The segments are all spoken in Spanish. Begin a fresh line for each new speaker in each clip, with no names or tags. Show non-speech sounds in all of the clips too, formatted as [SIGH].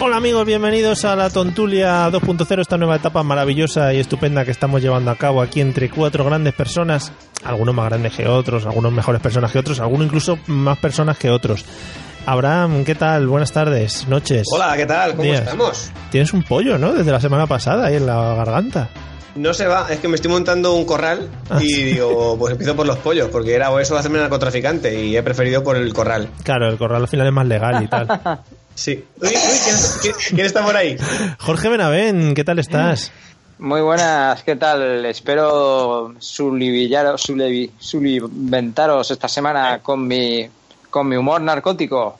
Hola amigos, bienvenidos a la Tontulia 2.0, esta nueva etapa maravillosa y estupenda que estamos llevando a cabo aquí entre cuatro grandes personas, algunos más grandes que otros, algunos mejores personas que otros, algunos incluso más personas que otros. Abraham, ¿qué tal? Buenas tardes, noches.
Hola, ¿qué tal? ¿Cómo
Pues, Días.
estamos?
Tienes un pollo, ¿no? Desde la semana pasada ahí en la garganta.
No se va, es que me estoy montando un corral y digo, pues empiezo por los pollos, porque era o eso o hacerme narcotraficante y he preferido por el corral.
Claro, el corral al final es más legal y tal. [LAUGHS]
Sí. Uy, uy, ¿quién, quién- quién está por ahí?
Jorge Benavén, ¿qué tal estás?
Muy buenas, ¿qué tal? Espero sublivillaros, sublivi- subliventaros esta semana con mi, con mi humor narcótico.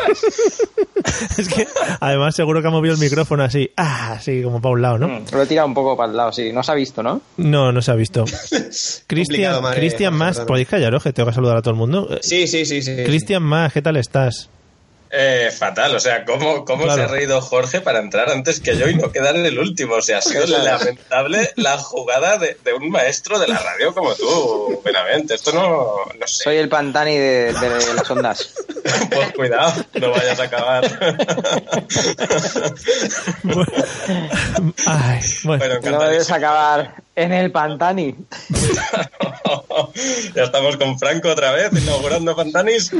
[LAUGHS] es que además seguro que ha movido el micrófono así, ah, así como para un lado, ¿no?
Mm, Lo he tirado un poco para el lado, sí. No se ha visto, ¿no?
No, no se ha
[LAUGHS]
visto. Cristian
Complicado, madre,
Cristian
Jorge,
Más,
perdón.
podéis callaros que tengo que saludar a todo el mundo. Eh,
Sí, sí, sí, sí.
Cristian Más, ¿qué tal
[LAUGHS]
estás?
Eh, fatal, o sea, ¿cómo, cómo
Claro.
se ha reído Jorge para entrar antes que yo y no quedar en el último? O sea, ha sido lamentable la jugada de, de un maestro de la radio como tú, Benavente. Esto no, no sé,
Soy el pantani de, de las ondas.
[LAUGHS] pues cuidado, no vayas
[LAUGHS]
a acabar.
Bu- Ay, bueno.
Bueno,
No debes acabar en el pantani.
encantadísimo. ya estamos con Franco otra vez, inaugurando
[LAUGHS]
Pantanis.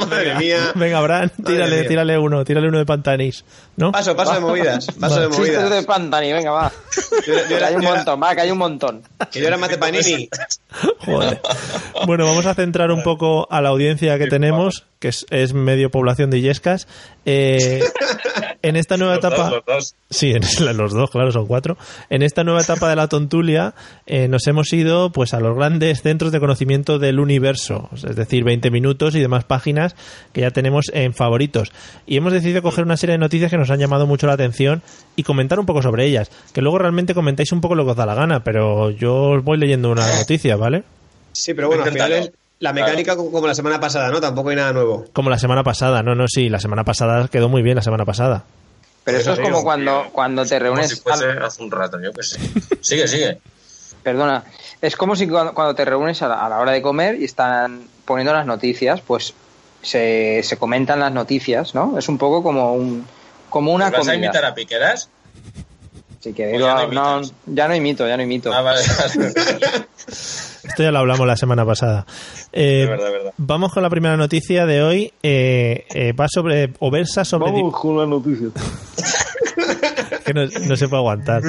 Madre mía.
Venga, Bran, tírale,
mía.
tírale uno, tírale uno de Pantanis, ¿no?
Paso, paso de movidas. Paso de
Chistes de
movidas.
pantani, venga, va.
Yo era- yo
Que
era-
hay un
yo era-
montón, va, que hay un montón.
que yo era mate panini.
Joder. Bueno, vamos a centrar un poco a la audiencia que tenemos, que es, es medio población de Illescas. Eh, en esta nueva
Los dos,
etapa...
los dos.
Sí, en la- los dos, claro, son cuatro. En esta nueva etapa de la tontulia eh, nos hemos ido pues a los grandes centros de conocimiento del universo, es decir, 20 minutos y demás páginas que ya tenemos en favoritos. Y hemos decidido coger una serie de noticias que nos han llamado mucho la atención y comentar un poco sobre ellas, que luego realmente comentáis un poco lo que os da la gana, pero yo os voy leyendo una noticia, ¿vale?
Sí, pero bueno, al final es la mecánica como la semana pasada, ¿no? Tampoco hay nada nuevo.
Como la semana pasada, no, no, sí, la semana pasada quedó muy bien la semana pasada.
Pero
Por
eso
eso
es
digo,
como cuando,
tío,
cuando te
Como
reúnes...
si fuese hace un rato, yo qué sé. Sigue, sigue.
Perdona, es como si cuando, cuando te reúnes a la, a la hora de comer y están poniendo las noticias, pues se, se comentan las noticias, ¿no? Es un poco como un como una
Pues ¿Vas a imitar
comida.
a Piqueras?
Así que digo,
ya no
no,
imitas?
ya no imito, ya no imito.
Ah, vale,
Eh,
vale.
Esto ya lo hablamos la semana pasada. Eh,
De verdad, de verdad.
Vamos con la primera noticia de hoy. Eh, eh, va sobre. O versa sobre. di-
con las noticias.
[LAUGHS] que no, no se puede aguantar.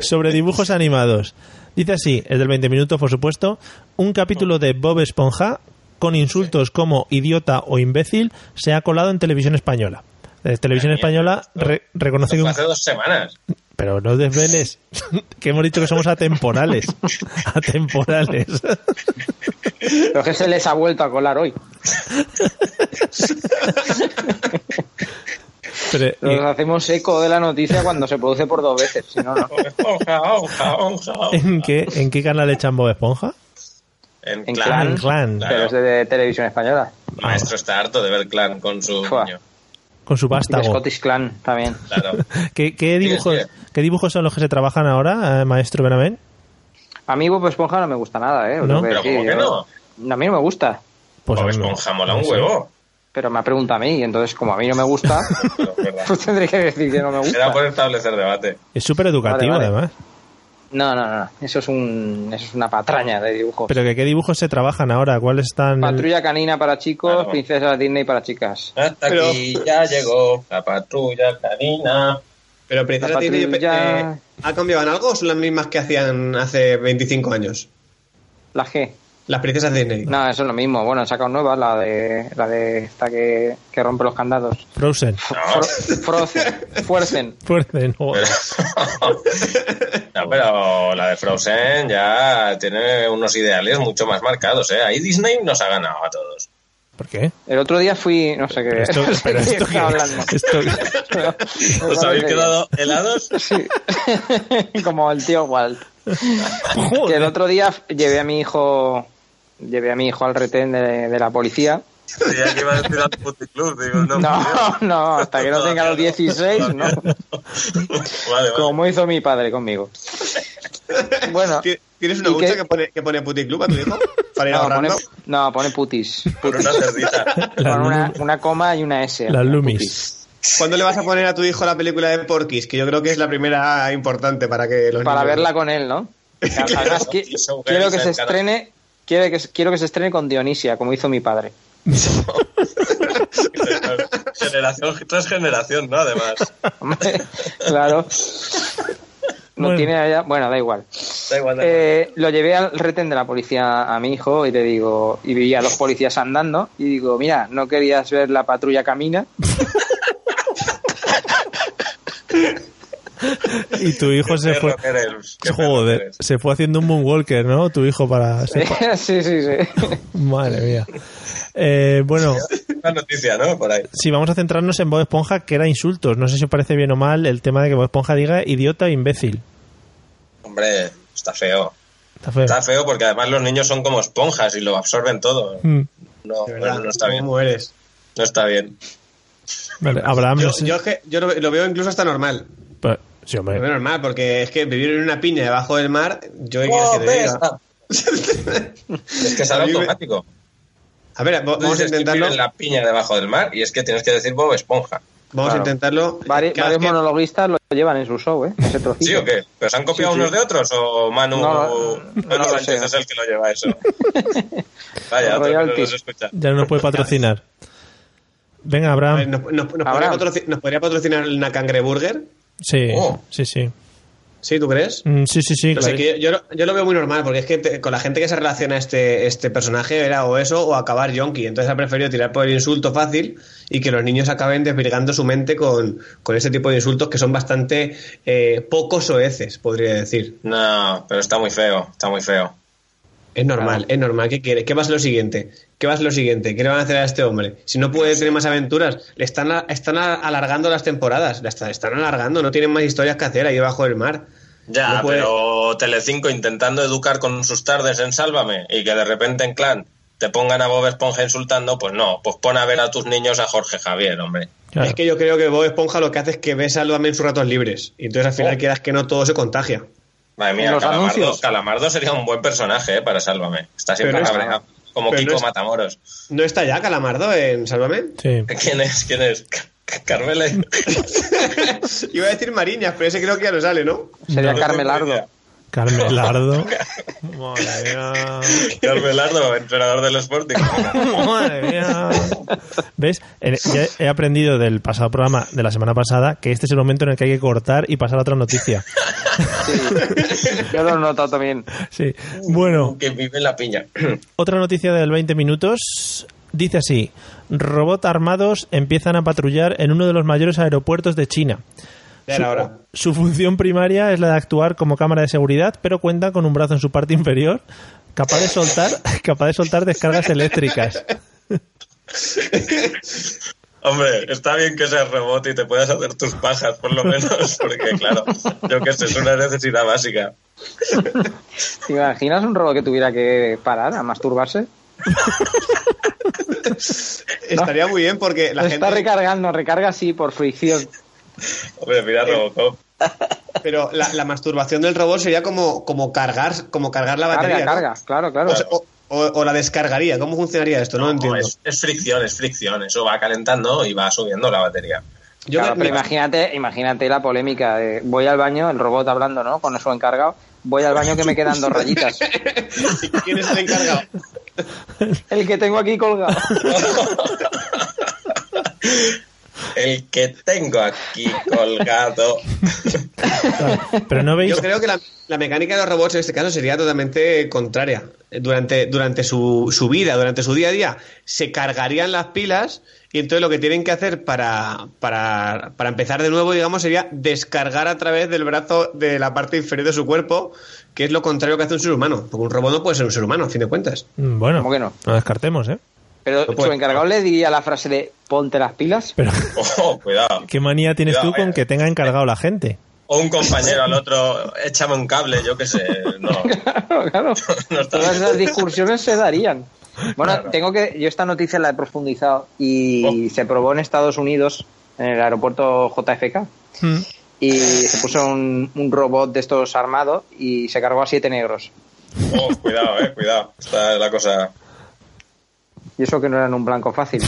sobre dibujos animados. Dice así, es del 20 minutos, por supuesto. Un capítulo de Bob Esponja con insultos como idiota o imbécil se ha colado en televisión española. Eh, televisión española re- reconoce que
Fue
un
hace dos semanas.
Pero no desveles, [LAUGHS] que hemos dicho que somos atemporales. Atemporales.
Pero que se les ha vuelto a colar hoy.
Pero,
Nos hacemos eco de la noticia cuando se produce por dos veces, si no, no.
Onja, onja, onja, onja.
¿En qué, ¿En qué canal echan Bob Esponja?
En
En
clan.
En
Clan.
Clan,
[LAUGHS] Claro.
Pero es de, de televisión española.
El Maestro está harto de ver clan con su
Fua.
niño.
con su
Y de
vástago.
Scottish Clan también.
Claro.
¿Qué, qué dibujos,
Sí, sí.
¿Qué dibujos son los que se trabajan ahora, eh, maestro Benavén?
A mí Bob Esponja no me gusta nada, ¿eh? Os
¿No?
tengo
Pero
decir,
¿cómo que
yo- A mí no me gusta.
[LAUGHS] Pues
Bob
a mí no.
Esponja mola un
No sé.
huevo.
pero me ha preguntado a mí, y entonces como a mí no me gusta,
Pero, ¿verdad?
[LAUGHS] pues tendré que decir que no me
Era
gusta.
por establecer debate.
Es súper educativo,
Vale, vale.
además.
No, no, no, eso es, un, eso es una patraña de dibujos.
Pero que ¿qué dibujos se trabajan ahora? ¿Cuáles están...?
Pues- Patrulla canina para chicos,
Claro.
princesa Disney para chicas.
Hasta
Pero-
aquí ya llegó la patrulla canina.
Pero Princesa
La
Disney
patrulla-
eh, ¿ha cambiado en algo o son las mismas que hacían hace 25 años?
La G.
Las princesas Disney.
No, eso es lo mismo. Bueno, han sacado nuevas, la de, la de esta que, que rompe los candados.
Frozen. [LAUGHS]
No,
Fro- Frozen, fuercen.
Frozen. joder.
no, pero la de Frozen ya tiene unos ideales mucho más marcados. ¿eh? Ahí Disney nos ha ganado a todos.
¿Por qué?
El otro día fui, no sé qué, [LAUGHS]
Esto,
no sé
pero
qué
[LAUGHS] esto,
estaba
qué-
hablando.
esto-
Me
¿Os habéis
parece
quedado
[LAUGHS]
helados?
bien. como el tío Walt. [LAUGHS] Que el
Joder.
otro día llevé a mi hijo llevé a mi hijo al retén de, de la policía.
Ya que iba a decir al puticlub, digo, no.
No, [LAUGHS] no, hasta que no tenga los 16, no.
Vale, vale.
Como hizo mi padre conmigo. Bueno,
Ti- ¿Tienes una
¿Y
hucha
qué? Ah,
que pone, que pone puticlub a tu hijo?
[LAUGHS]
Para ir
No, pone,
ahorrando.
no, pone putis.
Con
[LAUGHS]
una cerdita.
Las
Con una,
Lumis.
una coma y una S.
Las
Putis.
Lumis.
¿Cuándo le vas a poner a tu hijo la película de Porky's? Que yo creo que es la primera importante para que los
Para
niños-
verla con él, [LAUGHS] ¿no? Además, qui-
Eso,
quiero que
esa
se
cara.
estrene. Quiero que, quiero que se estrene con Dionisia, como hizo mi padre. [LAUGHS]
Generación tras generación, ¿no? Además.
Hombre, claro. No
Bueno.
tiene allá. Bueno, da igual.
Da igual. da igual.
Eh, lo llevé al retén de la policía a mi hijo y le digo, y vi a los policías andando y digo, mira, no querías ver la
[LAUGHS]
patrulla camina.
Y tu hijo
Qué
se fue.
perro que eres, qué perro que
Joder,
eres.
se fue haciendo un moonwalker, ¿no? Tu hijo para. se-
sí, sí, sí.
Madre mía. Eh, bueno,
Una noticia, ¿no? Por ahí.
si vamos a centrarnos en Bob Esponja, que era insultos. No sé si os parece bien o mal el tema de que Bob Esponja diga idiota o imbécil.
Hombre, está feo.
Está feo.
Está feo porque además los niños son como esponjas y lo absorben todo.
Mm,
No,
De verdad,
no, no está bien.
¿Cómo eres?
No está bien.
vale, Abraham,
Yo,
no sé.
yo es que- yo lo, lo veo incluso hasta normal.
Pero- sí, hombre.
Lo veo normal, porque es que vivir en una piña debajo del mar, yo qué quieres
¡Oh,
que te diga.
besa! Es que
A
sale
mí me-
automático.
A ver, vo- vamos a
Dices que
intentarlo.
vive en la piña debajo del mar y es que tienes que decir Bob Esponja.
Vamos
Claro.
a intentarlo.
Vari-
Cada
varios
vez que-
monologuistas lo llevan en su show, ¿eh? Ese trocito.
¿Sí o qué? ¿Pero se han copiado
Sí, sí.
unos de otros o Manu,
No, no,
Manu
no lo
Sánchez
sé.
es el que lo
[LAUGHS]
lleva eso? Vaya, otro que no
Royalties.
nos escucha.
Ya no nos puede patrocinar. Venga,
A ver,
Abraham.
¿nos, nos- nos podría
Abraham.
patrocin- ¿Nos podría patrocinar una cangreburger?
Sí,
Oh.
sí, sí.
¿Sí, tú crees?
Mm, sí, sí, sí.
No sé,
claro.
que yo, yo lo- yo lo veo muy normal, porque es que te- con la gente que se relaciona este, este personaje era o eso o acabar yonki. Entonces ha preferido tirar por el insulto fácil y que los niños acaben desvirgando su mente con, con este tipo de insultos que son bastante eh, pocos soeces, podría decir.
No, pero está muy feo, está muy feo.
Es normal, es normal. ¿Qué quiere? ¿Qué va a ser lo siguiente? ¿Qué va a ser lo siguiente? ¿Qué le van a hacer a este hombre? Si no puede tener más aventuras, le están, a- están a- alargando las temporadas, la están, están alargando, no tienen más historias que hacer ahí debajo del mar.
Ya,
No puede-
pero Telecinco intentando educar con sus tardes en Sálvame y que de repente en Clan te pongan a Bob Esponja insultando, pues no, pues pon a ver a tus niños a Jorge Javier, hombre.
Claro.
Es que yo creo que Bob Esponja lo que hace es que ve Sálvame en sus ratos libres. Y entonces al final
Oh.
quieras que no todo se contagia.
Madre mía,
los
Calamardo,
anuncios.
Calamardo sería un buen personaje eh, para Sálvame. Está siempre
Pero es-
cabreado, como
pero
Kiko
es-
Matamoros. [LAUGHS]
¿No está ya Calamardo en Sálvame?
Sí.
¿Quién es? ¿Quién es? Car- Car- Carmele.
[LAUGHS] Iba a decir Mariñas, pero ese creo que ya no sale, ¿no?
Sería
No
Carmelardo.
tengo
Carmelardo. Madre mía.
idea. Carmelardo, entrenador del Sporting.
Madre mía. ¿Ves? En- Ya he aprendido del pasado programa de la semana pasada que este es el momento en el que hay que cortar y pasar a otra noticia.
Yo lo he notado también.
Sí. Bueno,
[LAUGHS] que vive en la piña. [CLEARS THROAT]
Otra noticia del 20 minutos dice así: Robot armados empiezan a patrullar en uno de los mayores aeropuertos de China.
Ya era hora.
Su función primaria es la de actuar como cámara de seguridad, pero cuenta con un brazo en su parte inferior capaz de soltar, [LAUGHS] capaz de soltar descargas eléctricas.
Hombre, está bien que seas rebote y te puedas hacer tus pajas, por lo menos, [LAUGHS] porque claro, yo que sé, es una necesidad básica.
¿Te imaginas un robot que tuviera que parar a masturbarse?
[LAUGHS] Estaría muy bien porque la
Lo
gente.
está recargando, recarga así por fricción.
Hombre, mira
Eh,
Robocop.
Pero la, la masturbación del robot sería como, como, cargar, como cargar la
Carga,
batería. ¿no?
carga, claro, claro.
O, sea, o- o- o la descargaría. ¿Cómo funcionaría esto? No, pues, lo entiendo.
es, es fricción, es fricción. Eso va calentando y va subiendo la batería.
Yo
Claro,
me-
pero imagínate, imagínate la polémica. de, voy al baño, el robot hablando, ¿no? Con eso encargado. Voy al baño que me quedan dos rayitas.
¿Quién es el encargado?
El que tengo aquí colgado.
El que tengo aquí
[LAUGHS]
colgado.
Pero no veis.
Yo creo que la, la mecánica de los robots en este caso sería totalmente contraria. Durante, durante su, su vida, durante su día a día, se cargarían las pilas y entonces lo que tienen que hacer para, para, para empezar de nuevo, digamos, sería descargar a través del brazo de la parte inferior de su cuerpo, que es lo contrario que hace un ser humano. Porque un robot no puede ser un ser humano, a fin de cuentas.
Mm, Bueno,
¿Cómo que no?
descartemos, ¿eh?
[LAUGHS] Pero
No puede.
su encargado le diría la frase de ponte las pilas.
Pero, [LAUGHS]
Oh, cuidado.
¿qué manía tienes tú con que tenga encargado la gente?
O un compañero al otro, échame un cable, yo qué sé.
[LAUGHS]
No.
[LAUGHS] Claro, claro.
[LAUGHS] No está
Todas
bien.
esas discusiones se darían. Bueno,
Claro. Oh.
tengo que. Yo esta noticia la he profundizado y se probó en Estados Unidos, en el aeropuerto JFK.
Mm.
Y se puso un, un robot de estos armados y se cargó a siete negros.
Oh, cuidado, eh, cuidado. Está la cosa.
Y eso que no eran un blanco
[LAUGHS]
fácil.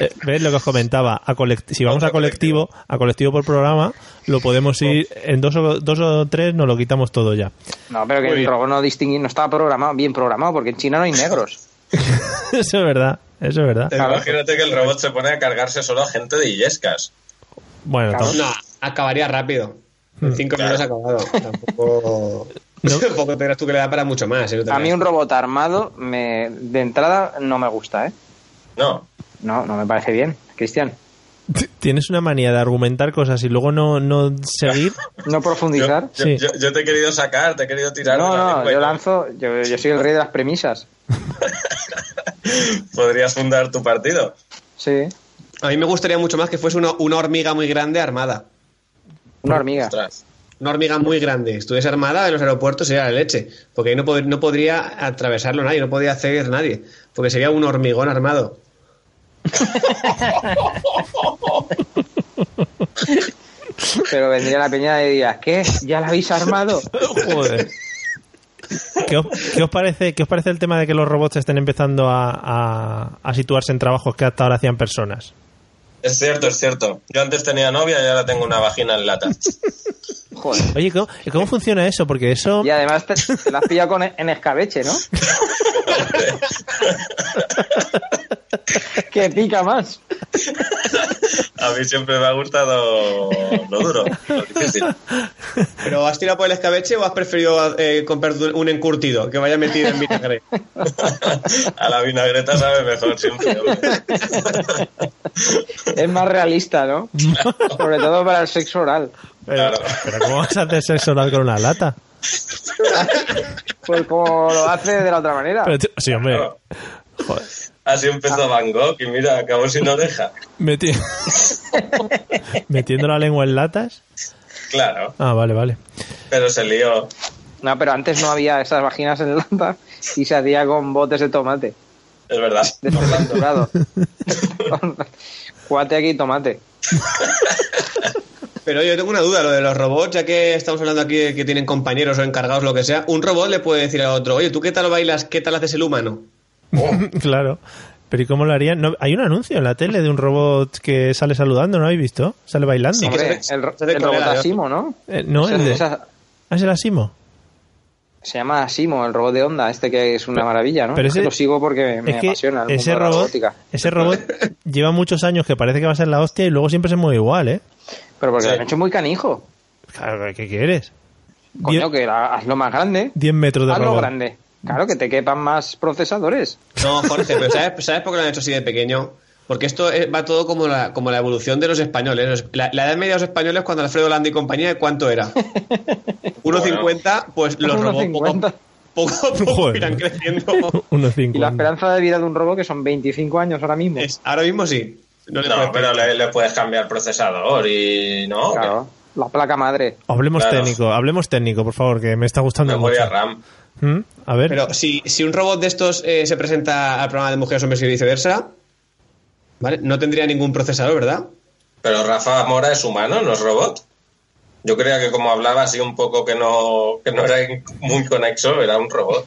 Eh, ¿Ves lo que os comentaba? A colect- si vamos a colectivo, a colectivo por programa, lo podemos ir en dos o, dos o tres, nos lo quitamos todo ya. [LAUGHS]
No, pero que
Muy
el
bien.
robo no distingui, no estaba programado, bien programado, porque en China no hay negros.
eso es verdad, eso es verdad.
Claro.
Imagínate que el robot se pone a cargarse solo a gente de Illescas.
Bueno,
Claro.
tam-
No, acabaría rápido. En cinco
Hmm.
minutos acabado. Tampoco.
No.
[LAUGHS] Tampoco te creas tú que le da para mucho más. ¿eh? No te
A mí
creas.
un robot armado me, de entrada no me gusta, ¿eh?
No.
No, no me parece bien, Cristian.
t- tienes una manía de argumentar cosas y luego no, no seguir.
No
Yo,
profundizar.
yo-
Sí.
yo- yo te he querido sacar, te he querido tirar. de
No,
la
no,
lengua y
yo lanzo, yo, yo soy el rey de las premisas.
Podrías fundar tu partido.
Sí,
A mí me gustaría mucho más que fuese una, una hormiga muy grande armada.
una hormiga.
Ostras.
Una hormiga muy grande. Estuviese armada en los aeropuertos sería la leche. Porque ahí no, pod- no podría atravesarlo nadie, no podría acceder nadie. Porque sería un hormigón armado.
Pero vendría la peña y diría, ¿qué? ¿Ya la habéis armado?
Joder. ¿Qué os, qué os parece, qué os parece el tema de que los robots estén empezando a, a- a situarse en trabajos que hasta ahora hacían personas?
Es cierto, es cierto. Yo antes tenía novia y ahora tengo una vagina en lata.
Joder.
Oye, ¿cómo, cómo funciona eso? Porque eso.
Y además te, te la has pillado con, en escabeche,
[LAUGHS]
¿no? que pica más.
A mí siempre me ha gustado lo duro, lo difícil.
¿Pero has tirado por el escabeche o has preferido eh, comprar un encurtido que vaya metido en vinagre?
A la vinagreta sabe mejor siempre. hombre.
Es más realista, ¿no? Sobre todo para el sexo oral.
[LAUGHS] Pero,
Claro.
pero ¿cómo vas a hacer sexo oral con una lata?
Pues como lo hace de la otra manera.
Pero, tío, sí, hombre.
Claro.
Joder.
Así empezó Van Gogh y mira, acabó sin oreja.
Meti- ¿Metiendo la lengua en latas?
Claro,
Ah, vale, vale. [LAUGHS]
pero se lió.
No, pero antes no había esas vaginas en lata y se hacía con botes de tomate.
Es verdad.
eh. [LAUGHS]
Desperditurado. Cuate aquí tomate.
Pero yo tengo una duda, lo de los robots, ya que estamos hablando aquí de que tienen compañeros o encargados, lo que sea, un robot le puede decir a otro, oye, ¿tú qué tal bailas? ¿Qué tal haces el humano?
Claro. Pero ¿y cómo lo harían? No, hay un anuncio en la tele de un robot que sale saludando, ¿no habéis visto? Sale bailando.
Sí, que
Hombre,
se-
el, ro-
se hace
el
con
robot
el-
Asimo, ¿no?
Eh, no,
Esa-
el de-
esa-
Ah, es el Asimo.
se llama Asimo, el robot de onda, este que es una maravilla, ¿no?
pero ese-
lo sigo porque me
es que
apasiona. el mundo
ese
de la
robot,
robótica.
ese
[LAUGHS]
robot lleva muchos años que parece que va a ser la hostia y luego siempre se mueve igual, ¿eh?
Pero porque
Sí.
lo han hecho muy canijo.
Claro, ¿qué quieres?
Coño,
10
que la- hazlo más grande.
10 metros de
Hazlo
robot. [LAUGHS]
grande. Claro, que te quepan más procesadores.
No, Jorge, pero ¿sabes, ¿sabes por qué lo han hecho así de pequeño? Porque esto es- va todo como la, como la evolución de los españoles. Los- La, la edad media de los españoles cuando Alfredo Landa y compañía, ¿cuánto era? 1,50, pues los robots poco,
1,50.
poco a poco
Joder.
irán creciendo.
Unos 50.
Y la esperanza de vida de un robot que son 25 años ahora mismo.
Es- ahora mismo sí. No le puedes
No, pero
pedir.
le, le puedes cambiar procesador y no.
Claro, la placa madre.
Hablemos
Claro.
técnico, hablemos técnico, por favor, que me está
que-
gustando
Memoria
mucho.
RAM.
¿Mm? A ver.
Pero si, si un robot de estos eh, se presenta al programa de Mujeres, Hombres y viceversa, ¿vale? No tendría ningún procesador, ¿verdad?
Pero Rafa Mora es humano, no es robot. Yo creía que como hablaba así un poco que no, que no era in- muy conexo, era un robot.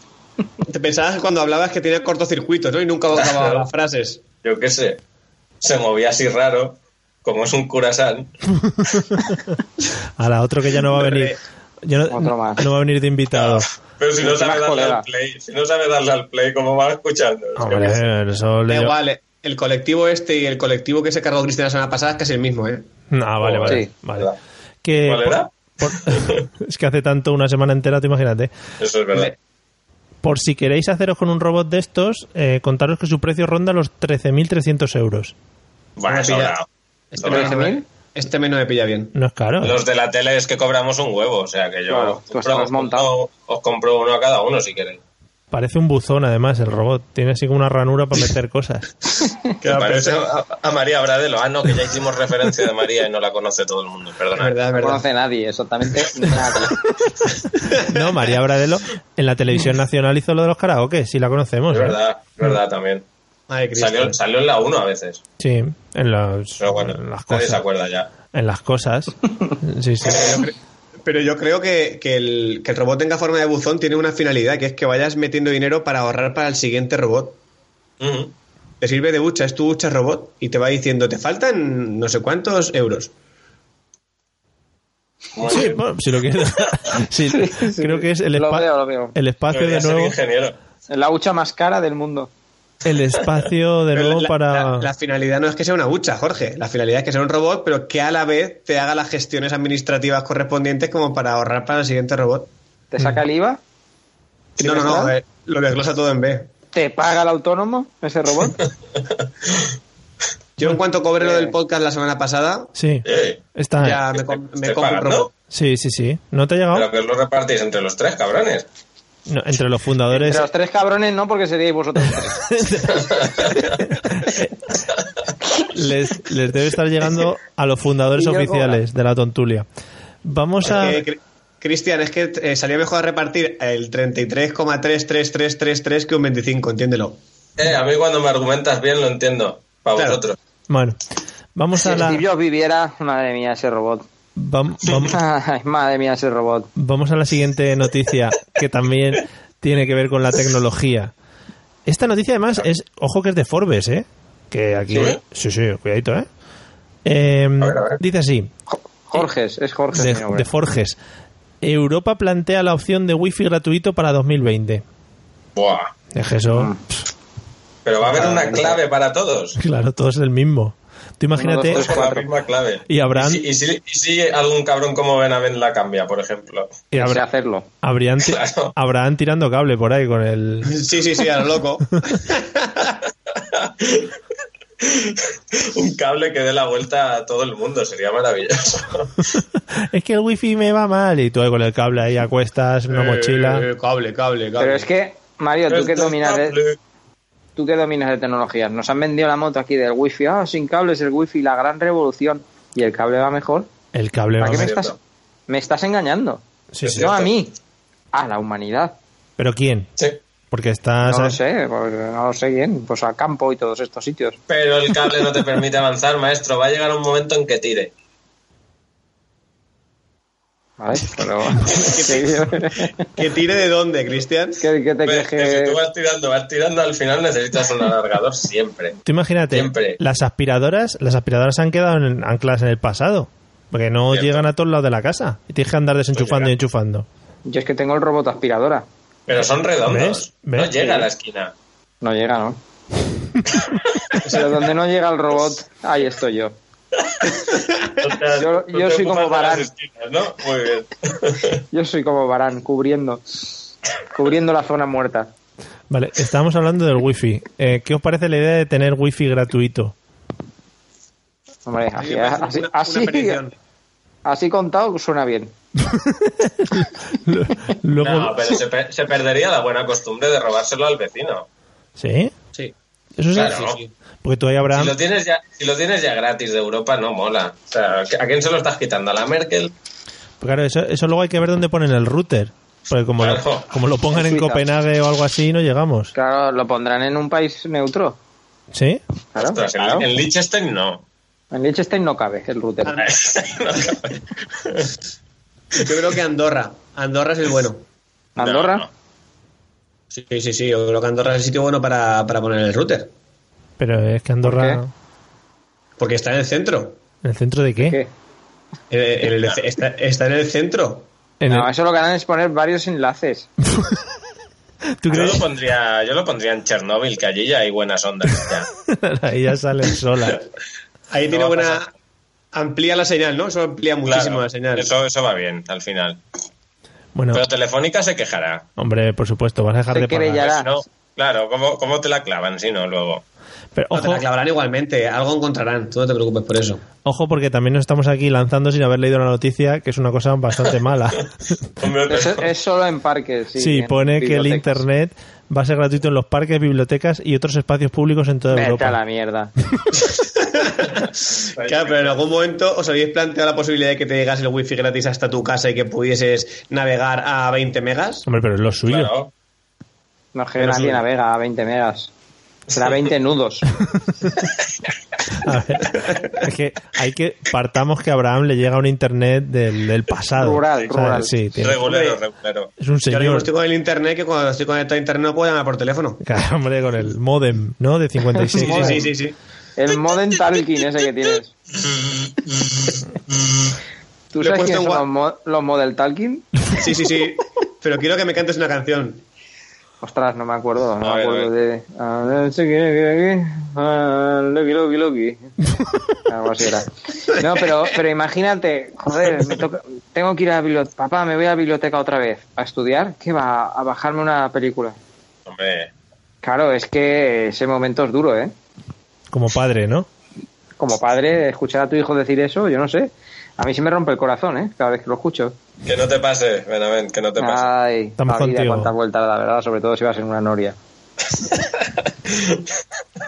Te pensabas que cuando hablabas que tenía cortocircuitos, ¿no? Y nunca acababa
Claro.
las frases.
Yo qué sé. Se movía así raro, como es un curasán.
A la otro que ya no va a venir.
Eh,
Ya no,
Otro más.
no va a venir de invitado.
Pero si no
Mucho
sabe
más
darle
colega.
al play, si no sabe darle al play, ¿cómo va escuchando? Yo qué sé.
Hombre, eso
Da
le-
igual, eh, el colectivo este y el colectivo que se cargó Cristina la semana pasada es casi el mismo, ¿eh?
Ah, vale, vale.
Sí,
vale.
verdad.
Que
¿Cuál
por-
era? [LAUGHS]
por- [LAUGHS] es que hace tanto, una semana entera, tú imagínate.
Eso es verdad.
Por si queréis haceros con un robot de estos, eh, contaros que su precio ronda los 13.300 euros.
Bueno,
Una pilla-
sobrado.
Este
Sobrado.
mes no me- este mes no me pilla bien.
No es caro. ¿eh?
Los de la tele es que cobramos un huevo, o sea que yo
Claro,
os,
tú
compro,
estás
os compro-
montado.
os compro uno a cada uno si queréis.
Parece un buzón, además, el robot. Tiene así como una ranura para meter
[LAUGHS]
cosas.
Que parece a, a María Bradelo. Ah, no, que ya hicimos referencia de María y no la conoce todo el mundo,
Es
perdona.
verdad, es
No
verdad.
conoce nadie, exactamente
[LAUGHS]
nadie.
No, María Bradelo en la televisión nacional hizo lo de los karaoke, si la conocemos.
Es
¿eh?
verdad, es verdad también.
Ay, Cristo.
Salió, salió en la 1 a veces,
Sí, en, los-
pero bueno,
en las
nadie se
cosas.
acuerda ya. [LAUGHS]
En las cosas. Sí, sí.
Pero yo cre- Pero yo creo que, que, el, que el robot tenga forma de buzón tiene una finalidad, que es que vayas metiendo dinero para ahorrar para el siguiente robot.
Ujú.
Te sirve de hucha, es tu hucha robot y te va diciendo, te faltan no sé cuántos euros.
Muy
Sí,
bien.
bueno, si lo
[LAUGHS]
quieres. sí,
sí.
creo que es el,
Lo
espa-
veo, lo veo.
el espacio
Debería
de
ser
nuevo,
ingeniero.
La hucha más cara del mundo.
el espacio de
[LAUGHS] Pero
nuevo
la,
para.
la- la finalidad no es que sea una hucha, Jorge. La finalidad es que sea un robot, pero que a la vez te haga las gestiones administrativas correspondientes como para ahorrar para el siguiente robot.
¿Te saca
Mm.
el IVA?
No, no, no, eh, lo desglosa todo en B.
¿Te paga el autónomo
[LAUGHS]
ese robot?
Yo en cuanto cobré lo del
Eh.
podcast la semana pasada,
Sí,
Eh,
está.
ya me, com- me
¿Estoy
compro un
pagando?
robot.
Sí, sí, sí. ¿No te ha llegado?
Pero que lo repartís entre los tres, cabrones.
No, entre los fundadores.
Pero los tres cabrones no, porque seríais vosotros tres.
[LAUGHS] les, les debe estar llegando a los fundadores
Y yo
oficiales de la tontulia. Vamos a.
Es que, Cri- Cristian, es que eh, salía mejor repartir el 33,33333 que un 25, entiéndelo.
Eh, a mí cuando me argumentas bien lo entiendo. Para
Claro.
vosotros.
Bueno, vamos
Si
a la. Mm.
Steve Jobs viviera, madre mía, ese robot.
vam- vam-
Ay, madre mía, ese robot.
vamos a la siguiente noticia que también tiene que ver con la tecnología. Esta noticia, además, es. Ojo que es de Forbes, ¿eh? Que aquí.
¿Sí?
Sí, sí, cuidadito, ¿eh? Em,
A ver, a ver.
Dice así:
Jorges, es Jorges.
de,
mi nombre.
de Forges. Europa plantea la opción de wifi gratuito para 2020.
Buah.
Es que eso.
Ah.
pff,
Pero va a haber una clave para todos.
Claro, todo es el mismo. Tú imagínate.
Uno, dos, tres,
La
Cuatro.
misma clave.
Y habrán-
si, y si- y si algún cabrón como Benavent la cambia, por ejemplo. [LAUGHS]
y
Sé
habrá-
hacerlo.
habrían, ti-
Claro.
habrán tirando cable por ahí con
[LAUGHS]
el.
Sí, sí, sí, a lo loco.
Un cable que dé la vuelta a todo el mundo. Sería maravilloso.
Es que el wifi me va mal. Y tú ahí con el cable ahí a cuestas, [LAUGHS] una mochila.
Eh, cable, cable, cable.
Pero es que, Mario, tú que ¿eh?
Esto es
dominas de,
cable.
tú que dominas de tecnologías, nos han vendido la moto aquí del wifi. Ah, sin cables el wifi, la gran revolución. Y el cable va mejor.
El cable va
¿Para qué me
mal.
cierto.
estás, me estás engañando?
Sí, sí.
Yo-
No a
cierto.
mí, a la humanidad.
¿Pero quién?
Sí.
Porque estás.
No lo sé, pues, no lo sé quién. Pues a campo y todos estos sitios.
Pero el cable no te permite avanzar, maestro. Va a llegar un momento en que tire.
¿Vale?
[LAUGHS]
Pero. ¿Qué,
¿Que tire de dónde, Cristian?
qué te crees
Ves que Si tú
que.?
vas tirando, vas tirando, al final necesitas un alargador siempre.
Tú imagínate,
Siempre.
las aspiradoras las aspiradoras han quedado en- ancladas en el pasado. Porque no
Cierto.
llegan a todos lados de la casa. Y tienes que andar desenchufando
llegan.
y enchufando.
Yo es que tengo el robot aspiradora.
Pero son redondos.
¿Ves? ¿Ves?
No llega a la esquina.
No llega, ¿no? Pero donde no llega el robot, ahí estoy yo.
O sea,
Yo-
tú
yo
te
soy como
ocupas de
Barán.
las esquinas, ¿no? Muy bien.
Yo soy como Barán, cubriendo. Cubriendo la zona muerta.
Vale, estábamos hablando del wifi. Eh, ¿Qué os parece la idea de tener wifi gratuito? [LAUGHS]
Hombre, así, así,
Una- una
ah, así,
petición.
así contado suena bien.
Luego...
No, pero se, pe- se perdería la buena costumbre de robárselo al vecino.
¿Sí?
Sí.
Eso sí.
Claro.
Porque tú ahí habrá...
Si lo, tienes ya, si lo tienes ya gratis de Europa, no mola. O sea, ¿a quién se lo estás quitando? ¿A la Merkel?
Claro, eso, eso luego hay que ver dónde ponen el router. Porque como,
Claro.
lo, como lo pongan en
Suiza.
Copenhague o algo así, no llegamos.
Claro, lo pondrán en un país neutro.
¿Sí?
Claro,
Ostras, en-
claro.
en, Liechtenstein no. [LAUGHS]
En Liechtenstein no cabe el
Ah,
router.
Yo creo que Andorra. Andorra es el bueno.
Andorra,
No, no.
Sí, sí, sí. Yo creo que Andorra es el sitio bueno para, para poner el router.
Pero es que Andorra...
¿Por qué?
Porque está en el centro.
¿En el centro de qué?
¿qué?
Eh, el- el- está, está en el centro.
En
No,
el-
eso lo que harán es poner varios enlaces.
¿Tú
Yo, lo
crees?
pondría, yo lo pondría en Chernóbil, que allí ya hay buenas ondas. ya.
[LAUGHS] ahí ya salen solas.
Ahí
No
tiene
va a
buena.
pasar.
Amplía la señal, ¿no? Eso amplía muchísimo
Claro,
la señal.
Eso, eso va bien, al final.
Bueno,
Pero Telefónica se quejará.
hombre, por supuesto, vas a dejar
Se
de pagar.
cree ya.
Pues
Claro.
si no, claro, ¿cómo, ¿cómo te la clavan si no luego?
Pero
No, te
ojo,
la clavarán igualmente, algo encontrarán, tú no te preocupes por eso.
ojo, porque también nos estamos aquí lanzando sin haber leído la noticia, que es una cosa bastante mala.
Hombre,
Es, eh.
pero-
es solo en parques. y
Sí,
en
pone que el
bibliotecas.
Internet va a ser gratuito en los parques, bibliotecas y otros espacios públicos en toda
Vete a
Europa.
la mierda.
Claro, pero en algún momento os habéis planteado la posibilidad de que te llegase el wifi gratis hasta tu casa y que pudieses navegar a 20 megas.
Hombre, pero es lo suyo.
claro.
No, que nadie navega a 20 megas. Será 20 nudos.
[LAUGHS] A ver, es que hay que partamos que a Abraham le llega un internet del, del pasado.
Rural, rural.
Sí, tiene-
Regulero, regulero.
es un
Yo ahora mismo
señor.
estoy con el internet que cuando estoy conectado a internet no puedo llamar
[LAUGHS]
por teléfono.
Claro, hombre, con el modem, ¿no? De 56.
Sí, sí, sí, sí, sí.
El modem Talking ese que [LAUGHS] tienes. ¿Tú
Lo he
sabes
puesto en
quiénes son
wa-
los, mo- los model Talking?
Sí, sí, sí. Pero quiero que me cantes una canción.
Ostras, no me acuerdo, no
A
me
ver,
acuerdo
a
de. Ah, no sé qué, qué, qué. Ah, Loki, Loki,
[LAUGHS]
Loki. Algo así era. No, pero, pero imagínate, joder, me toca- tengo que ir a la biblioteca. Papá, me voy a la biblioteca otra vez. ¿A estudiar? ¿Qué va? ¿A bajarme una película?
Hombre,
Claro, es que ese momento es duro, ¿eh?
Como padre, ¿no?
Como padre, escuchar a tu hijo decir eso, yo no sé. A mí se me rompe el corazón, ¿eh? Cada vez que lo escucho.
que no te pase, Benavent, que no
Ah,
te pase.
Ay,
Estamos
la vida,
contigo.
cuántas vueltas, la verdad, sobre todo si vas en una noria.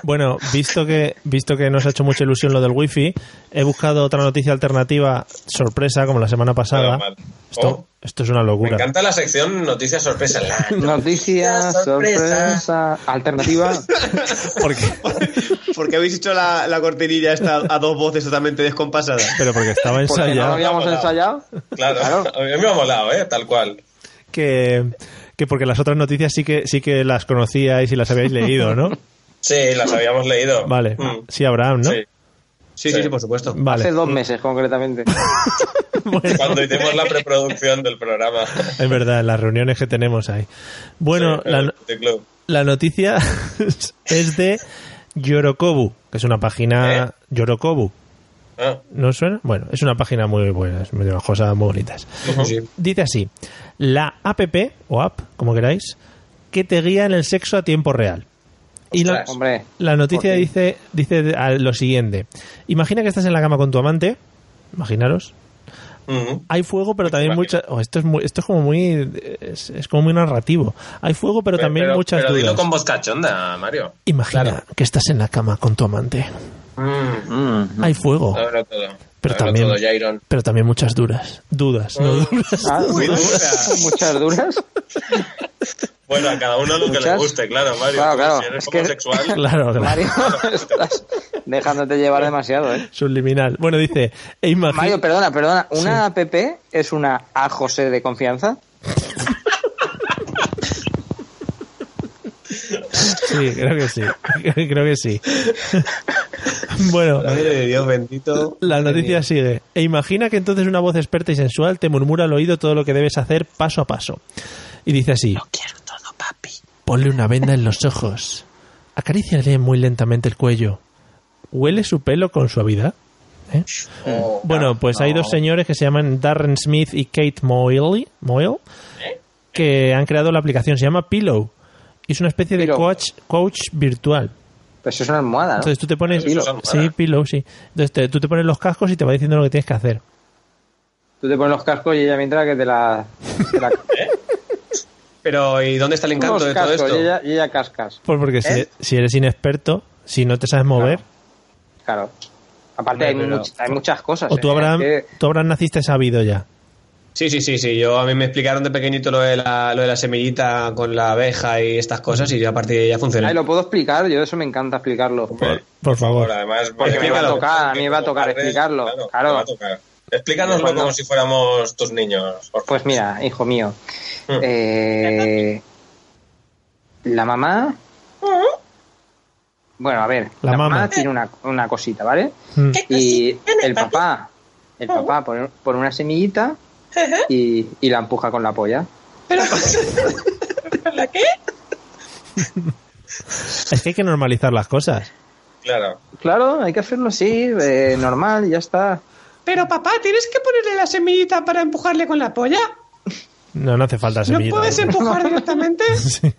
Bueno, visto que, visto que nos ha hecho mucha ilusión lo del wifi, he buscado otra noticia alternativa, sorpresa, como la semana
Nada
pasada.
mal.
Esto,
Oh,
esto es una
me
locura.
encanta la sección
[LAUGHS]
Noticias Sorpresa. La
Noticia, sorpresa, alternativa.
[LAUGHS]
Porque,
Porque habéis hecho la, la cortinilla esta a dos voces totalmente descompasada.
pero porque estaba
Porque no lo
ensayado.
habíamos
Vamos,
ensayado.
Claro,
Claro.
a mí me ha molado, ¿eh? Tal cual.
que, que porque las otras noticias sí que sí que las conocíais y las habíais leído, ¿no?
Sí,
[LAUGHS]
las habíamos leído.
Vale.
Mm,
Sí, Abraham, ¿no?
sí.
Sí, sí, sí, por supuesto.
Vale.
Hace dos meses concretamente.
[LAUGHS] Bueno,
Cuando hicimos la preproducción del programa.
es verdad, las reuniones que tenemos ahí. Bueno,
Sí, eh.
la, no-
de club.
la noticia [LAUGHS] es de Yorokobu, que es una
Eh.
página Yorokobu.
Ah,
¿No os suena? Bueno, es una página muy buena, es de las cosas muy bonitas.
Sí, sí.
Dice así, la app o app, como queráis, que te guía en el sexo a tiempo real. Y la,
Ostras.
Hombre,
La noticia
Ok.
dice, dice de- a- lo siguiente. Imagina que estás en la cama con tu amante. Imaginaros.
ujú.
Hay fuego, pero también
Imagino.
muchas... oh, esto, es muy- esto es como muy... Es, es como muy narrativo. Hay fuego, pero también muchas
pero
dudas.
dilo con voz cachonda, Mario.
Imagina
Claro.
que estás en la cama con tu amante.
Mm,
Hay fuego,
ábrelo todo.
Pero
Ábrelo
también-
todo, Jairon.
pero también muchas dudas. Dudas, no dudas. [LAUGHS]
ah,
Muy dura.
muchas duras.
Bueno, a cada uno lo que le
Muchas.
guste, claro, Mario.
Claro, claro.
Si eres
Es que-
homosexual,
[LAUGHS]
Claro, claro.
Mario, estás dejándote llevar demasiado, ¿eh?
Subliminal. Bueno, dice... E imagina-
Mario, perdona, perdona. ¿Una app es una A José de confianza?
Sí, creo que sí. [LAUGHS] creo que sí. [LAUGHS] bueno...
Madre de Dios bendito.
La noticia sigue. E imagina que entonces una voz experta y sensual te murmura al oído todo lo que debes hacer paso a paso. Y dice así. Lo quiero todo, papi. Ponle una venda en los ojos. Acaríciale muy lentamente el cuello. Huele su pelo con suavidad. ¿Eh?
Oh,
Bueno, pues hay dos señores que se llaman Darren Smith y Kate Moyle, Moyle, que han creado la aplicación. Se llama Pillow. Y es una especie de
Pillow.
coach, coach virtual.
Pues es una almohada, ¿no?
Entonces tú te pones...
Eso es algo
Sí,
raro.
pillow, sí. Entonces te- tú te pones los cascos y te va diciendo lo que tienes que hacer.
Tú te pones los cascos y ella mientras que te la...
[LAUGHS]
Te la
¿Eh?
Pero, ¿y dónde está el encanto
Unos
de todo
cascos
esto?
Y, ella, y ella cascas,
Pues porque si, si eres inexperto, si no te sabes mover,
claro. Aparte hay, much- hay muchas cosas.
o tú
¿eh?
Abraham,
Es que-
tú Abraham naciste sabido ya.
Sí, sí, sí, sí. Yo a mí me explicaron de pequeñito lo de la, lo de la semillita con la abeja y estas cosas y yo a partir de ahí ya funciona.
Ay, lo puedo explicar, yo eso me encanta explicarlo.
Por, por favor.
además,
Porque
Mario,
me iba a
tocar, a mí Pues, me iba a
como
tocar
padres,
explicarlo, claro.
me va a tocar. Explícanoslo
Bueno.
como si fuéramos tus niños. por favor.
Pues mira, hijo mío,
Mm.
eh, la mamá... Bueno, a ver,
La
la, mamá.
mama.
tiene una, una cosita, ¿vale?
Mm.
Y el papá, el papá pone, pone una semillita y, y la empuja con la polla.
Es que hay que normalizar las cosas.
Claro.
Claro, hay que hacerlo así, eh, normal, y ya está.
Pero papá, tienes que ponerle la semillita para empujarle con la polla.
No, no hace falta
¿No
semillita.
puedes
[LAUGHS]
empujar directamente?
Sí,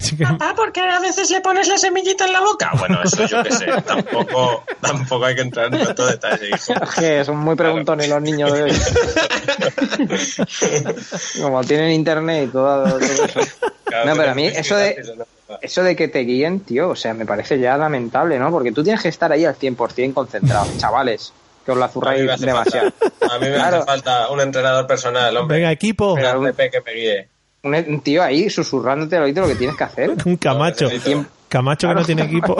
sí que-
papá, Ah, porque a veces le pones la semillita en la boca.
Ah, bueno, eso yo qué sé. Tampoco, [LAUGHS] tampoco hay que entrar en tanto detalle, hijo.
Que son muy preguntones los niños de hoy. Como tienen internet y todo, todo eso.
Claro,
No, pero a mí
tenemos
eso de-
que quitar eso,
Eso de que te guíen, tío, o sea, me parece ya lamentable, ¿no? Porque tú tienes que estar ahí al 100%
[LAUGHS]
concentrado, chavales, que os la
¿no? A mí
zurráis
me hace
demasiado.
falta- [LAUGHS] A mí me
Claro.
hace falta un entrenador personal, hombre.
Venga, equipo.
Un
Pero-
ATP que me guíe.
[LAUGHS] Un, un tío ahí susurrándote al oído lo que tienes que hacer.
Un Camacho.
No, necesito-
Camacho que no tiene equipo.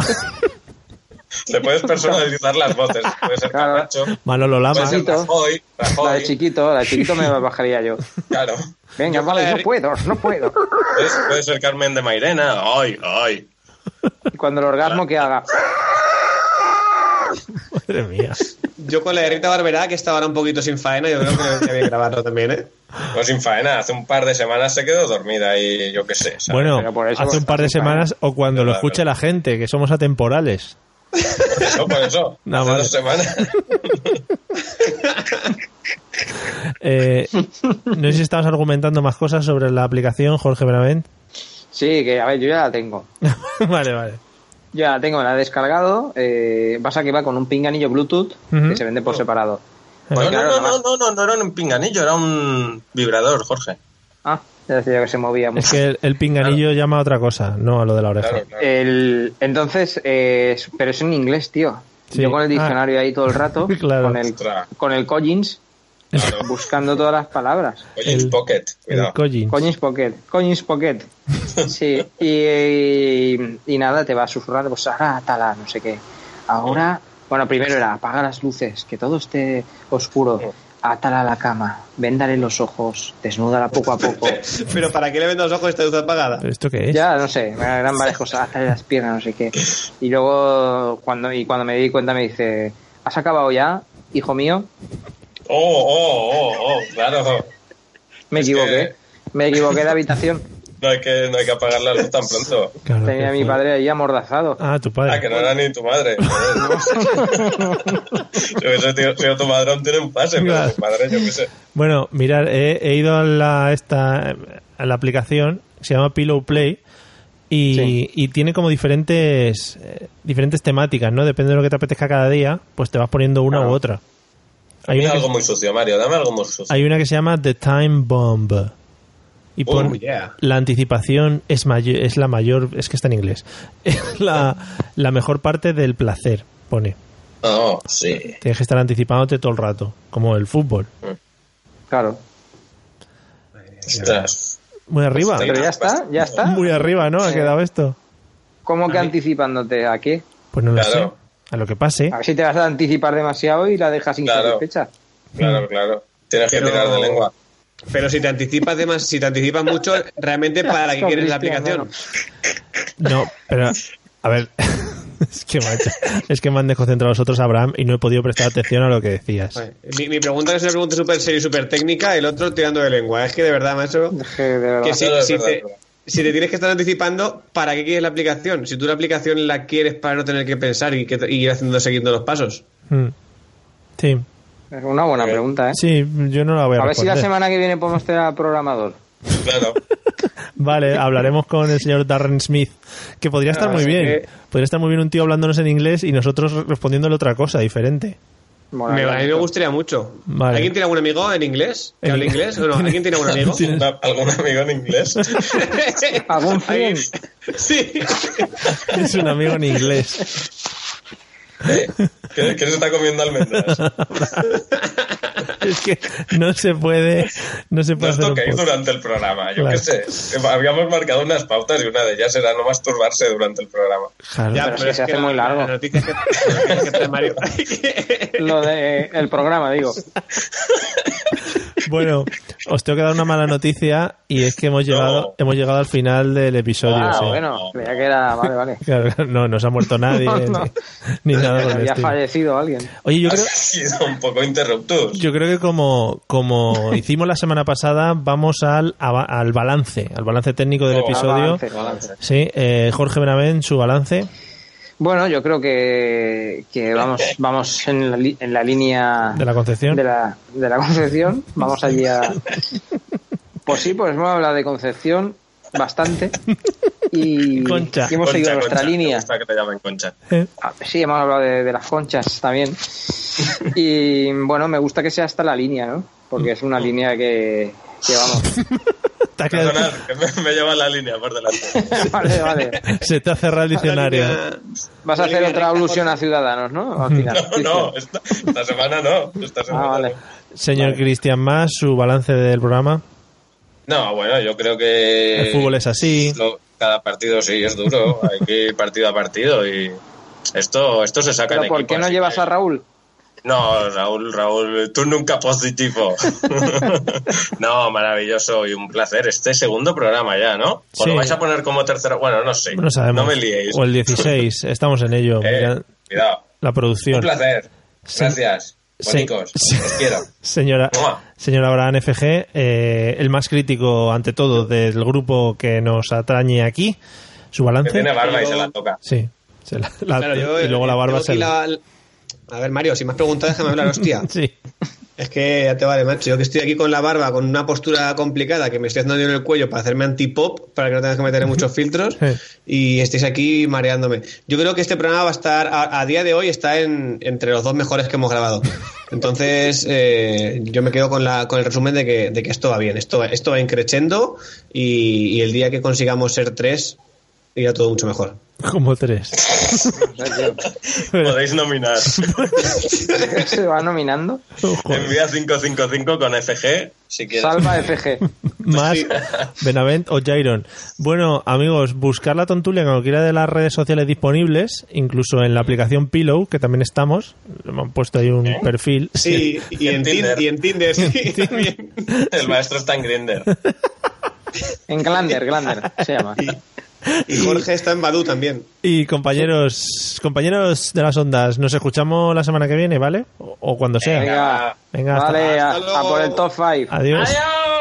Le
[LAUGHS]
puedes personalizar las voces. Puede ser
Claro.
Camacho,
[LAUGHS] Manolo Lama.
puede ser
Masito.
Rajoy,
La de
Rajoy,
chiquito, la de chiquito
[LAUGHS]
me la bajaría yo.
claro.
Venga,
con la
vale,
de
no
Ri-
puedo, no
[LAUGHS]
puedo.
Puedes, puede ser Carmen de Mairena, ay, ay.
Y cuando el orgasmo que haga.
Madre mía.
Yo con la de Rita Barberá, que está ahora un poquito sin faena, yo creo que debería de grabarlo también, ¿eh?
No Pues sin faena, hace un par de semanas se quedó dormida y yo qué sé. ¿sabes?
Bueno,
Pero por eso
hace un par de
está
semanas o cuando lo
Claro.
escuche la gente, que somos atemporales.
Por eso, por
[LAUGHS]
eso.
No,
hace
vale.
dos semanas.
[LAUGHS]
[LAUGHS]
Eh, no sé si estabas argumentando más cosas sobre la aplicación, Jorge
[LAUGHS]
Benavent.
Sí, que a ver, yo ya la tengo.
vale, vale.
Ya la tengo, la he descargado. Eh, pasa que va con un pinganillo Bluetooth
Ujú.
que se vende por separado.
No,
Porque
no,
claro,
no,
nada
no,
más-
no, no, no era un pinganillo, era un vibrador, Jorge.
Ah, ya decía yo que se movía mucho.
Es que el, el pinganillo llama a otra cosa, no a lo de la oreja.
Claro, claro.
El, entonces, eh, es- pero es en inglés, tío.
Sí. Ah.
Yo con el diccionario ahí todo
[LAUGHS]
el rato,
Claro.
con, el,
Ostras,
con el Collins,
claro.
buscando todas las palabras.
Oye, el
El-
pocket,
El
cuidado.
Collins.
Collins Pocket, Collins Pocket. Sí, y, y nada, te va a susurrar, pues ahora tala, no sé qué. Ahora, bueno, primero era apaga las luces, que todo esté oscuro, atala la cama, véndale los ojos, desnúdala poco a poco.
Pero ¿para qué le vendo los ojos esta luz apagada?
¿Pero ¿Esto qué es?
Ya, no sé, me eran
[LAUGHS]
varias cosas, atale las piernas, no sé qué. Y luego, cuando, y cuando me di cuenta, me dice, ¿has acabado ya, hijo mío?
Oh, oh, oh, oh, claro.
Me
Es que-
equivoqué, me equivoqué de habitación.
No hay que, no hay que apagar la luz tan pronto.
[LAUGHS] Claro,
Tenía a
qué
mi
fuerte.
padre ahí amordazado.
Ah, tu
Ah,
padre.
que no era ni
[LAUGHS]
tu madre. Yo qué sé, tío, si tu madre aún tiene un pase, pero
Claro.
tu madre, yo qué sé.
Bueno, mirad, he, he ido a la, esta, a la aplicación, se llama Pillow Play, y,
Sí.
y tiene como diferentes, eh, diferentes temáticas, ¿no? Depende de lo que te apetezca cada día, pues te vas poniendo una
Claro.
u otra. Hay
Dame
una,
algo
que,
muy sucio, Mario, dame algo muy sucio.
hay una que se llama The Time Bomb. Y
Oh,
pone
yeah.
la anticipación es, mayo- es la mayor, es que está en inglés, [LAUGHS] es la, la mejor parte del placer, pone.
Oh, sí.
Tienes que estar anticipándote todo el rato, como el fútbol.
Claro.
Ostras.
Muy arriba,
Pues
Pero ya está, ya está.
muy arriba, ¿no? Ha quedado esto.
¿Cómo que anticipándote? ¿A qué?
Pues no lo
Claro.
sé. A lo que pase.
A ver si te vas a anticipar demasiado y la dejas
Claro.
insatisfecha.
Claro, claro. Tienes que
Pero-
tirar de lengua.
Pero si te anticipas de más, si te anticipas mucho, realmente para qué
Con
quieres la
Cristiano,
aplicación.
No, pero. A ver. [LAUGHS] Es que, macho, es que me han desconcentrado los otros, Abraham, y no he podido prestar atención a lo que decías.
Vale. Mi, mi pregunta es una pregunta súper seria y súper técnica, el otro tirando de lengua. Es que de verdad, maestro,
Es que de verdad.
que si,
Claro, es
si
verdad, es
te,
verdad.
si te tienes que estar anticipando, ¿para qué quieres la aplicación? Si tú la aplicación la quieres para no tener que pensar y, que, y ir haciendo, siguiendo los pasos.
Mm. Sí.
Es una buena pregunta, ¿eh?
Sí, yo no la voy a,
a ver si la
responder.
semana que viene podemos tener al programador.
[LAUGHS]
Claro.
Vale, hablaremos con el señor Darren Smith, que podría estar
Ah,
muy
sí
bien.
que-
Podría estar muy bien un tío hablándonos en inglés y nosotros respondiéndole otra cosa diferente. [LAUGHS]
Bueno,
Me, a mí me
esto.
gustaría mucho.
Vale. Eh,
¿Alguien tiene algún amigo en inglés? ¿Que
En
hable
inglés. [LAUGHS]
inglés o no? ¿Alguien tiene algún amigo?
Tiene-
Una- ¿Algún amigo
[LAUGHS]
en inglés?
[LAUGHS] ¿Algún friend?
Sí.
Es un amigo en inglés.
Eh, ¿Qué, qué se está
[LAUGHS]
comiendo almendras?
Es que no se puede. No se
No
puede
os
hacer un
toquéis
podcast.
durante el programa, yo
Claro.
qué sé. Eh, Habíamos marcado unas pautas y una de ellas era no masturbarse durante el programa.
Claro.
Ya,
Pero es que se hace
la-
muy largo.
La noticia que, la noticia que trae Mario.
Lo de el programa,
[LAUGHS]
digo.
Bueno, os tengo que dar una mala noticia y es que hemos llegado,
No.
hemos llegado al final del episodio.
Ah,
sí.
bueno, creía que era... Vale, vale.
Claro, claro, no, no se ha muerto nadie ni- ni, nada por el
Había
estilo.
fallecido alguien.
Oye, yo creo,
Ha sido un poco interruptus.
yo creo que como, como hicimos la semana pasada, vamos al, ava- al balance, al balance técnico del
Oh,
episodio.
Avance, avance.
Sí, eh, Jorge Benavent, su balance.
Bueno, yo creo que, que vamos, vamos en, la, li- en la línea
De la Concepción.
de la, de la Concepción. Vamos allí a. Pues sí, pues hemos hablado de Concepción bastante. Y,
Concha.
y hemos seguido
Concha,
nuestra
Concha, me
línea.
gusta que te llamen Concha.
Eh,
Ah, Sí, hemos hablado de, de las conchas también. Y bueno, me gusta que sea hasta la línea, ¿no? Porque es una línea que, que vamos.
[LAUGHS]
[LAUGHS]
te ha quedado-
Perdonad, que me, me lleva la línea por delante.
Vale, vale.
[LAUGHS] se te ha cerrado el diccionario.
Vas a hacer otra alusión a Ciudadanos, ¿no? Al final.
[LAUGHS] No, no, esta, esta semana no. Esta semana
Ah, vale.
no.
Señor Cristian Más, su balance del programa.
No, bueno, yo creo que.
El fútbol es así.
lo- cada partido sí es duro. Hay que ir partido a partido y Esto, esto se saca
Pero
en
¿por
equipo,
qué no
así
llevas
que-
a
[LAUGHS]
Raúl?
No, Raúl, Raúl, tú nunca positivo. [LAUGHS] no, maravilloso y un placer. Este segundo programa ya, ¿no? O
Sí.
lo vais a poner como tercero. Bueno, no sé.
No sabemos.
me liéis.
O el
[LAUGHS]
16, estamos en ello.
Eh,
Mira,
cuidado.
la
Un
producción.
placer.
Sí.
Gracias.
Sí.
Bonicos.
Sí.
Os
[LAUGHS]
quiero.
Señora,
Mua.
señora Abraham FG, eh, el más crítico ante todo del grupo que nos atañe aquí, su
Que
balance.
tiene barba y
Yo-
se la toca.
Sí, se la- la-
Claro, yo- eh,
y luego la
yo
barba
aquí
se la-
la- A ver, Mario, si me has preguntado, déjame hablar, hostia.
Sí,
Es que ya te vale, macho. Yo que estoy aquí con la barba, con una postura complicada que me estoy haciendo yo en el cuello para hacerme anti-pop, para que no tengas que meter muchos filtros,
Sí.
y estéis aquí mareándome. Yo creo que este programa va a estar, a, a día de hoy, está en, entre los dos mejores que hemos grabado. [LAUGHS] Entonces, eh, yo me quedo con, la, con el resumen de que, de que esto va bien, esto, esto va increciendo, y, y el día que consigamos ser tres, irá todo mucho mejor.
como tres.
Podéis
[LAUGHS]
nominar.
¿Se va nominando?
[LAUGHS] Ojo.
eh,
Envía 555 con FG si quieres.
Salva FG.
pues
Más Benavent o Jairon. Bueno, amigos, buscar la tontulia en cualquiera de las redes sociales disponibles, incluso en la aplicación Pillow, que también estamos. Me han puesto ahí un perfil.
Sí, [LAUGHS] y en, Tin- [LAUGHS]
Tinder.
y en Tinder, sí, también.
El maestro está en Grinder.
En Glander, Glander se llama.
[LAUGHS]
[LAUGHS]
Y Jorge está en Badu también.
[LAUGHS] Y compañeros, compañeros de las ondas, nos escuchamos la semana que viene, ¿vale? O, o cuando sea.
Venga.
Venga,
Venga, hasta-
vale, a,
Hasta luego.
a por el top 5.
Adiós.
¡Adiós!